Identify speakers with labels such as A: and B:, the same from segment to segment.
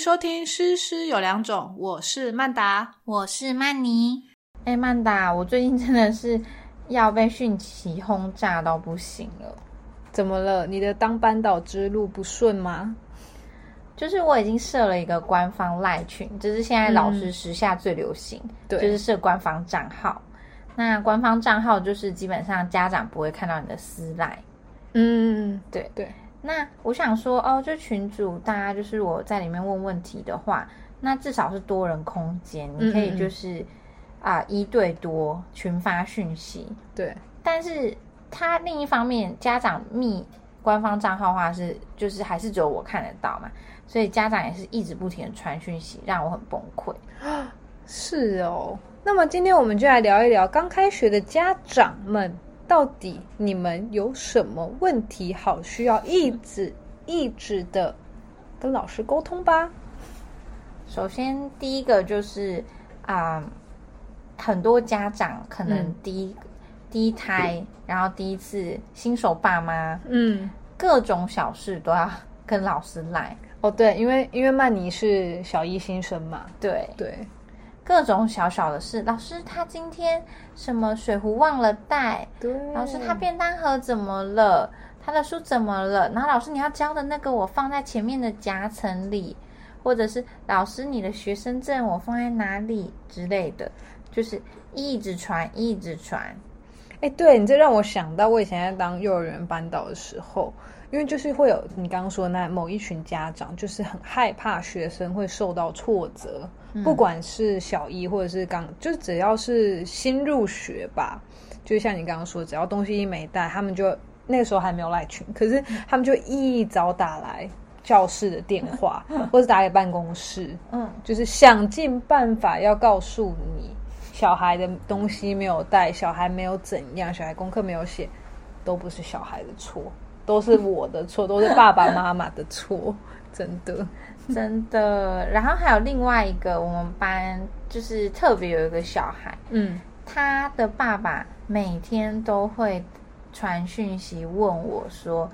A: 收听《诗诗有两种》，我是曼达。
B: 我是曼妮，
C: 哎、曼达，我最近真的是要被讯息轰炸到不行了。
D: 怎么了？你的当班导之路不顺吗？
C: 就是我已经设了一个官方赖群，这是现在老师时下最流行，
D: 嗯对
C: 就是设官方账号。那官方账号就是基本上家长不会看到你的私赖。
D: 嗯，
C: 对
D: 对，
C: 那我想说，哦，就群主大家就是我在里面问问题的话，那至少是多人空间，你可
D: 嗯嗯
C: 以
D: 嗯
C: 就是啊、一对多群发讯息。
D: 对，
C: 但是他另一方面，家长密官方账号的话是就是还是只有我看得到嘛，所以家长也是一直不停的传讯息，让我很崩溃。
D: 是哦。那么今天我们就来聊一聊刚开学的家长们，到底你们有什么问题好需要一直一直的跟老师沟通吧？
C: 首先第一个就是啊、很多家长可能
D: 嗯
C: 第一、第一胎，然后第一次新手爸妈，
D: 嗯，
C: 各种小事都要跟老师赖，
D: 哦对，因为因为曼妮是小一新生嘛，
C: 对，
D: 对，
C: 各种小小的事，老师他今天什么水壶忘了带，
D: 对，
C: 老师，他便当盒怎么了？他的书怎么了？然后老师你要教的那个我放在前面的夹层里，或者是老师你的学生证我放在哪里之类的，就是一直传一直传。
D: 哎，对你这让我想到我以前在当幼儿园班导的时候，因为就是会有你刚刚说的那某一群家长，就是很害怕学生会受到挫折，不管是小一或者是刚，就只要是新入学吧，就像你刚刚说，只要东西一没带，他们就那个时候还没有赖群，可是他们就一早打来教室的电话，或者打给办公室，
C: 嗯，
D: 就是想尽办法要告诉你，小孩的东西没有带，小孩没有怎样，小孩功课没有写，都不是小孩的错，都是我的错，都是爸爸妈妈的错，真的。
C: 真的。然后还有另外一个，我们班就是特别有一个小孩，
D: 嗯，
C: 他的爸爸每天都会传讯息问我说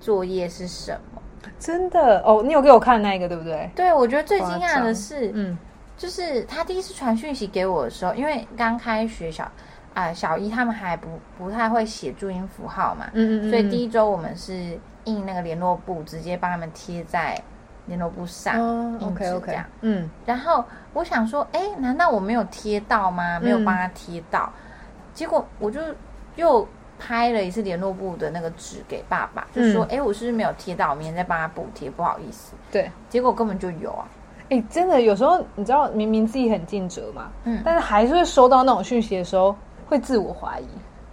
C: 作业是什么。
D: 真的哦，你有给我看那个对不对？
C: 对，我觉得最惊
D: 夸
C: 讶的
D: 张
C: 是，
D: 嗯，
C: 就是他第一次传讯息给我的时候，因为刚开学小啊、小一他们还不不太会写注音符号嘛，
D: 嗯嗯嗯
C: 所以第一周我们是印那个联络簿，直接帮他们贴在联络簿上，
D: 哦
C: 印纸
D: ，OK
C: 这
D: OK，
C: 样。
D: 嗯，
C: 然后我想说，哎，难道我没有贴到吗？没有
D: 嗯
C: 帮他贴到，结果我就又拍了一次联络簿的那个纸给爸爸，就说，
D: 嗯
C: 哎、我是不是没有贴到？我明天再帮他补贴，不好意思。
D: 对。
C: 结果根本就有啊，
D: 哎、真的，有时候你知道，明明自己很尽责嘛，
C: 嗯
D: 但是还是会收到那种讯息的时候，会自我怀疑，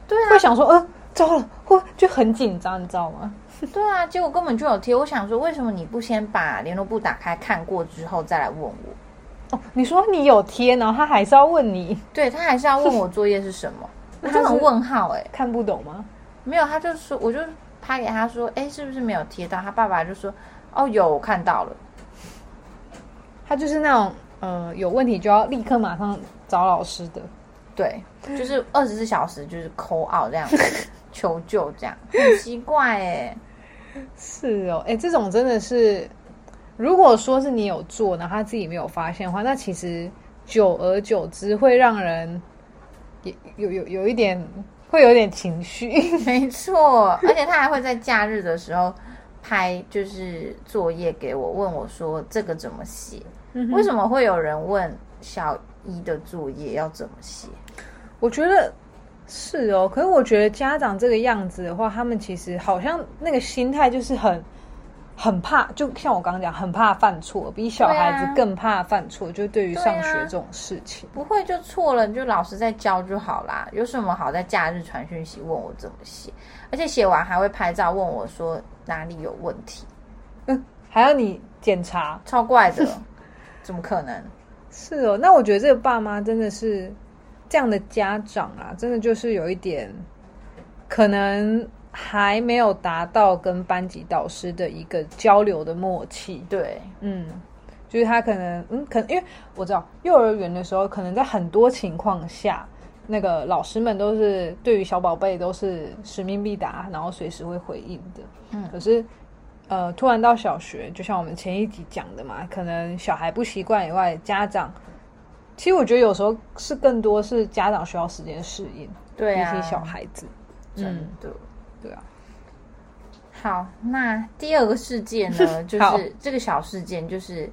C: 对啊
D: 会，想说，呃，糟了，会就很紧张，你知道吗？
C: 对啊，结果根本就有贴。我想说，为什么你不先把联络簿打开看过之后再来问我？
D: 哦，你说你有贴，然后他还是要问你
C: 对他还是要问我作业是什么，我就
D: 那他
C: 很
D: 是
C: 问号哎、
D: 看不懂吗？
C: 没有，他就说，我就拍给他说，哎，是不是没有贴到？他爸爸就说，哦，有，我看到了。
D: 他就是那种呃有问题就要立刻马上找老师的。
C: 对，就是二十四小时就是扣 out 这样子求救这样，很奇怪哎、
D: 是哦，哎，这种真的是，如果说是你有做，然后他自己没有发现的话，那其实久而久之会让人也有有有一点会有点情绪。
C: 没错，而且他还会在假日的时候拍就是作业给我，问我说这个怎么写？为什么会有人问小一的作业要怎么写？
D: 我觉得是哦，可是我觉得家长这个样子的话，他们其实好像那个心态就是很很怕，就像我刚刚讲，很怕犯错，比小孩
C: 对
D: 子
C: 啊
D: 更怕犯错，就对于
C: 对啊
D: 上学这种事情。
C: 不会就错了，你就老师再教就好啦。有什么好在假日传讯息问我怎么写？而且写完还会拍照问我说哪里有问题，
D: 嗯，还要你检查。
C: 超怪的，怎么可能？
D: 是哦，那我觉得这个爸妈真的是这样的家长啊，真的就是有一点可能还没有达到跟班级导师的一个交流的默契。
C: 对，
D: 嗯，就是他可能，嗯，可能因为我知道幼儿园的时候，可能在很多情况下，那个老师们都是对于小宝贝都是使命必达，然后随时会回应的。
C: 嗯
D: 可是呃，突然到小学，就像我们前一集讲的嘛，可能小孩不习惯以外，家长，其实我觉得有时候是更多是家长需要时间适应，
C: 对
D: 比
C: 啊，
D: 起小孩子，
C: 真的。
D: 对啊，
C: 好，那第二个事件呢，就
D: 好
C: 是这个小事件，就是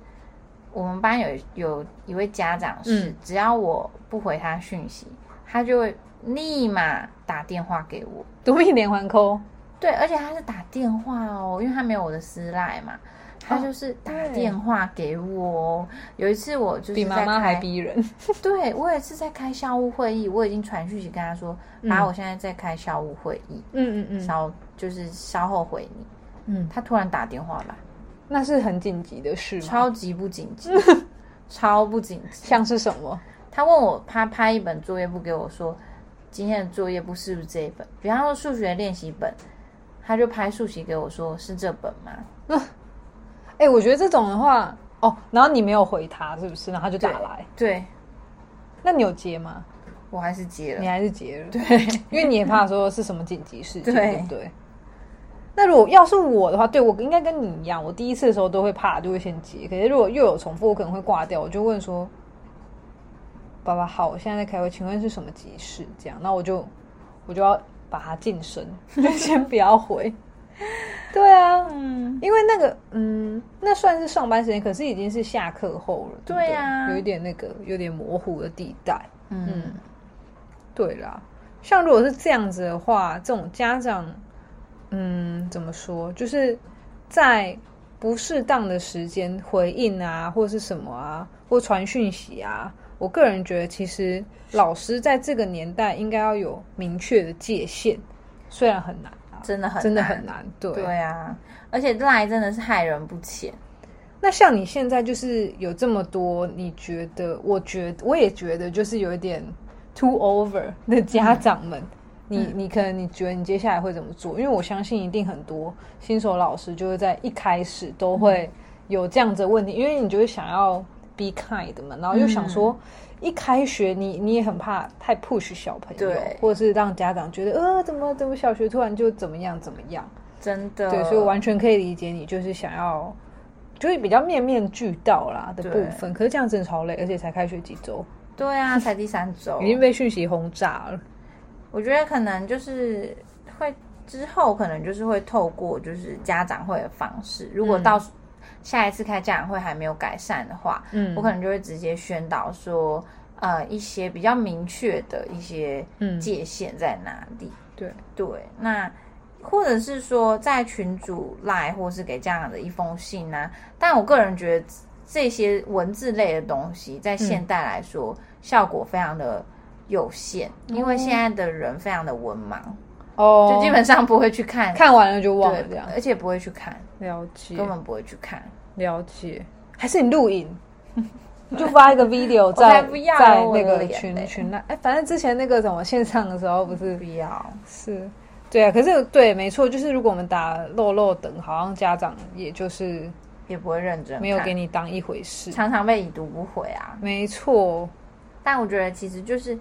C: 我们班有有一位家长是，
D: 嗯
C: 只要我不回他讯息，他就会立马打电话给我。
D: 独立连环扣，
C: 对，而且他是打电话哦，因为他没有我的私赖嘛，
D: 哦
C: 他就是打
D: 对
C: 电话给我哦。有一次我就是
D: 比妈
C: 在
D: 妈还
C: 开
D: 逼人，
C: 对我也是在开校务会议，我已经传讯息跟他说，
D: 嗯
C: 妈、我现在在开校务会议，
D: 嗯嗯嗯
C: 稍就是稍后回你。
D: 嗯，
C: 他突然打电话来，
D: 那是很紧急的事吗，
C: 超级不 紧急，超不紧急。
D: 嗯像是什么？
C: 他问我，他拍一本作业簿给我说，今天的作业簿是不是这一本？比方说数学练习本，他就拍数学给我说是这本吗？
D: 哎、我觉得这种的话，哦，然后你没有回他，是不是？然后他就打来，
C: 对
D: 那你有接吗？
C: 我还是接
D: 你
C: 了。
D: 还是接了，对，
C: 对，
D: 因为你也怕说是什么紧急事情，
C: 对
D: 对不对？那如果要是我的话，对我应该跟你一样，我第一次的时候都会怕，就会先接。可是如果又有重复，我可能会挂掉，我就问说：“爸爸好，我现在在开会，请问是什么急事？”这样，那我就我就要把它晋升，就先不要回。 对啊，
C: 嗯，
D: 因为那个，嗯，那算是上班时间，可是已经是下课后了。不
C: 对啊
D: 有一点那个，有点模糊的地带。
C: 嗯，
D: 对啦，像如果是这样子的话，这种家长，嗯，怎么说，就是在不适当的时间回应啊，或是什么啊，或传讯息啊，我个人觉得，其实老师在这个年代应该要有明确的界限，虽然很难啊，
C: 真的很
D: 真的很。难，对。
C: 对啊，而且赖真的是害人不浅。
D: 那像你现在就是有这么多，你觉得？我觉得我也觉得，就是有一点 too over 的家长们，你你可能你觉得你接下来会怎么做？因为我相信一定很多新手老师就是在一开始都会有这样子的问题，因为你就是想要 be kind 嘛，然后又想说。一开学你，你也很怕太 push 小朋友
C: 对，
D: 或者是让家长觉得，呃，怎么怎么小学突然就怎么样怎么样，
C: 真的，
D: 对，所以我完全可以理解你，就是想要，就是比较面面俱到啦的部分。可是这样真的超累，而且才开学几周，
C: 对啊，才第三 周，
D: 已经被讯息轰炸了。
C: 我觉得可能就是会之后可能就是会透过就是家长会的方式，如果到下一次开家长会还没有改善的话，
D: 嗯
C: 我可能就会直接宣导说，呃，一些比较明确的一些
D: 嗯
C: 界限在哪里。
D: 对，
C: 对，那或者是说在群主赖，或是给家长的一封信啊。但我个人觉得这些文字类的东西，
D: 嗯
C: 在现代来说、效果非常的有限，因为现在的人非常的文盲，
D: 哦，
C: 就基本上不会去看，
D: 看完了就忘了这
C: 对
D: 样，。
C: 而且不会去看，
D: 了解，
C: 根本不会去看。
D: 了解，还是你录影，你就发一个 video 在
C: 才不要
D: 在
C: 我
D: 那
C: 的
D: 个
C: 脸嘞
D: 群群那，哎，反正之前那个什么线上的时候不是
C: 不要，
D: 是。对啊，可是对，没错，就是如果我们打漏漏等，好像家长也就是
C: 也不会认真看，
D: 没有给你当一回事。
C: 常常被已读不回啊。
D: 没错，
C: 但我觉得其实就是，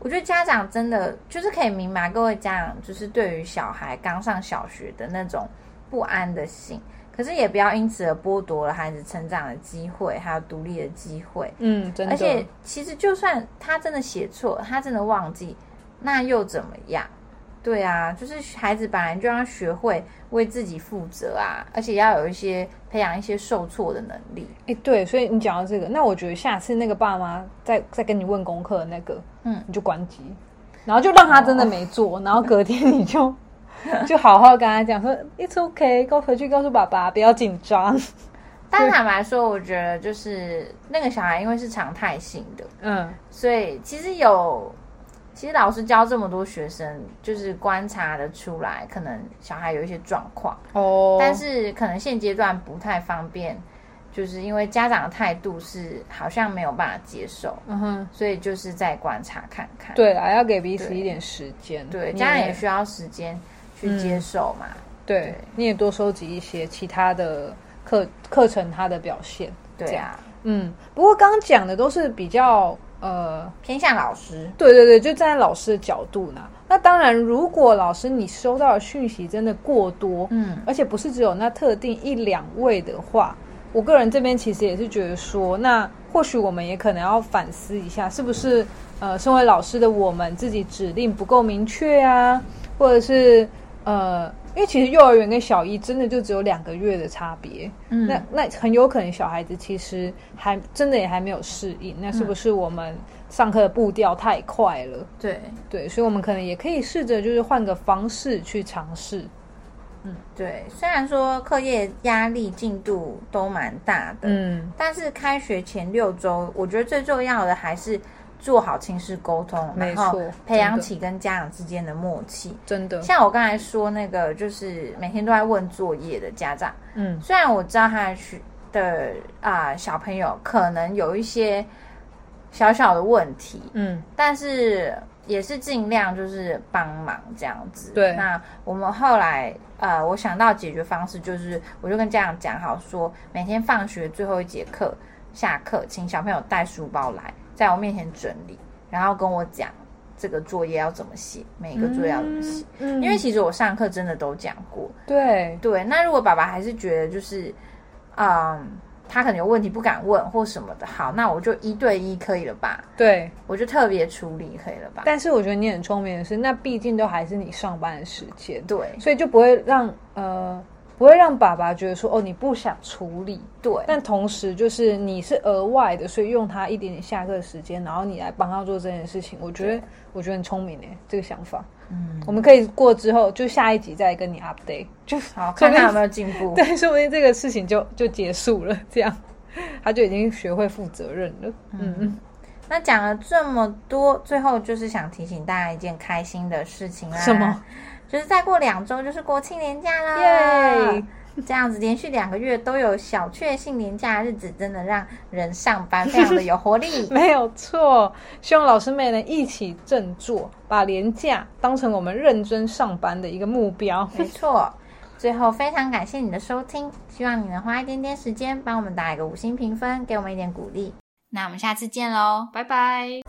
C: 我觉得家长真的就是可以明白各位家长就是对于小孩刚上小学的那种不安的心，可是也不要因此而剥夺了孩子成长的机会，还有独立的机会。
D: 嗯，真的。
C: 而且其实就算他真的写错，他真的忘记，那又怎么样？对啊，就是孩子本来就要学会为自己负责啊，而且要有一些培养一些受挫的能力。
D: 哎、对，所以你讲到这个，那我觉得下次那个爸妈再再跟你问功课的那个，
C: 嗯哦
D: 你就关机，然后就让他真的没做，然后隔天你就 就好好跟他讲说，It's okay，告回去告诉爸爸，不要紧张。
C: 但坦白说，我觉得就是那个小孩，因为是常态性的，
D: 嗯，
C: 所以其实有，其实老师教这么多学生，就是观察的出来，可能小孩有一些状况，
D: 哦，
C: 但是可能现阶段不太方便，就是因为家长的态度是好像没有办法接受，
D: 嗯哼，
C: 所以就是再观察看看。
D: 对啦，要给彼此
C: 对
D: 一点时间，
C: 对，
D: 你嗯
C: 家长也需要时间去接受嘛。
D: 对
C: 对，
D: 你也多收集一些其他的课课程他的表现。
C: 对啊，
D: 嗯，不过刚刚讲的都是比较呃，
C: 偏向老师，
D: 对对对，就站在老师的角度呢。那当然，如果老师你收到的讯息真的过多，
C: 嗯，
D: 而且不是只有那特定一两位的话，我个人这边其实也是觉得说，那或许我们也可能要反思一下，是不是呃，身为老师的我们自己指令不够明确啊，或者是呃，因为其实幼儿园跟小一真的就只有两个月的差别，
C: 嗯
D: 那那很有可能小孩子其实还真的也还没有适应，那是不是我们上课的步调太快了？
C: 对
D: 对，所以我们可能也可以试着就是换个方式去尝试。
C: 对，虽然说课业压力进度都蛮大的，
D: 嗯，
C: 但是开学前六周，我觉得最重要的还是做好亲师沟通，
D: 没
C: 然
D: 错
C: 后培
D: 真
C: 养
D: 的
C: 起跟家长之间的默契。
D: 真的，
C: 像我刚才说那个，就是每天都在问作业的家长，
D: 嗯
C: 虽然我知道他的学的啊、小朋友可能有一些小小的问题，
D: 嗯，
C: 但是也是尽量就是帮忙这样子。
D: 对
C: 那我们后来呃，我想到解决方式就是，我就跟家长讲好说，每天放学最后一节课下课，请小朋友带书包来，在我面前整理，然后跟我讲这个作业要怎么写，每一个作业要怎么写。
D: 嗯，
C: 因为其实我上课真的都讲过，
D: 对，
C: 对，那如果爸爸还是觉得就是，嗯，他可能有问题不敢问或什么的，好，那我就一对一可以了吧？
D: 对，
C: 我就特别处理可以了吧？
D: 但是我觉得你很聪明的是，那毕竟都还是你上班的时间，
C: 对
D: 所以就不会让呃不会让爸爸觉得说哦你不想处理，
C: 对
D: 但同时就是你是额外的，所以用他一点点下课时间，然后你来帮他做这件事情，我觉得我觉得很聪明诶，这个想法，
C: 嗯，
D: 我们可以过之后就下一集再跟你 update，就
C: 好，
D: 说
C: 看
D: 不
C: 看
D: 定
C: 有没有进步。
D: 对，说不定这个事情就就结束了，这样他就已经学会负责任了，嗯嗯，
C: 那讲了这么多，最后就是想提醒大家一件开心的事情啦。
D: 什么？
C: 就是再过两周就是国庆年假啦。
D: 耶！。
C: 这样子连续两个月都有小确幸年假的日子，真的让人上班非常的有活力
D: 没有错，希望老师们能一起振作，把廉价当成我们认真上班的一个目标。
C: 没错。最后，非常感谢你的收听，希望你能花一点点时间帮我们打一个五星评分，给我们一点鼓励。那我们下次见喽，
A: 拜拜。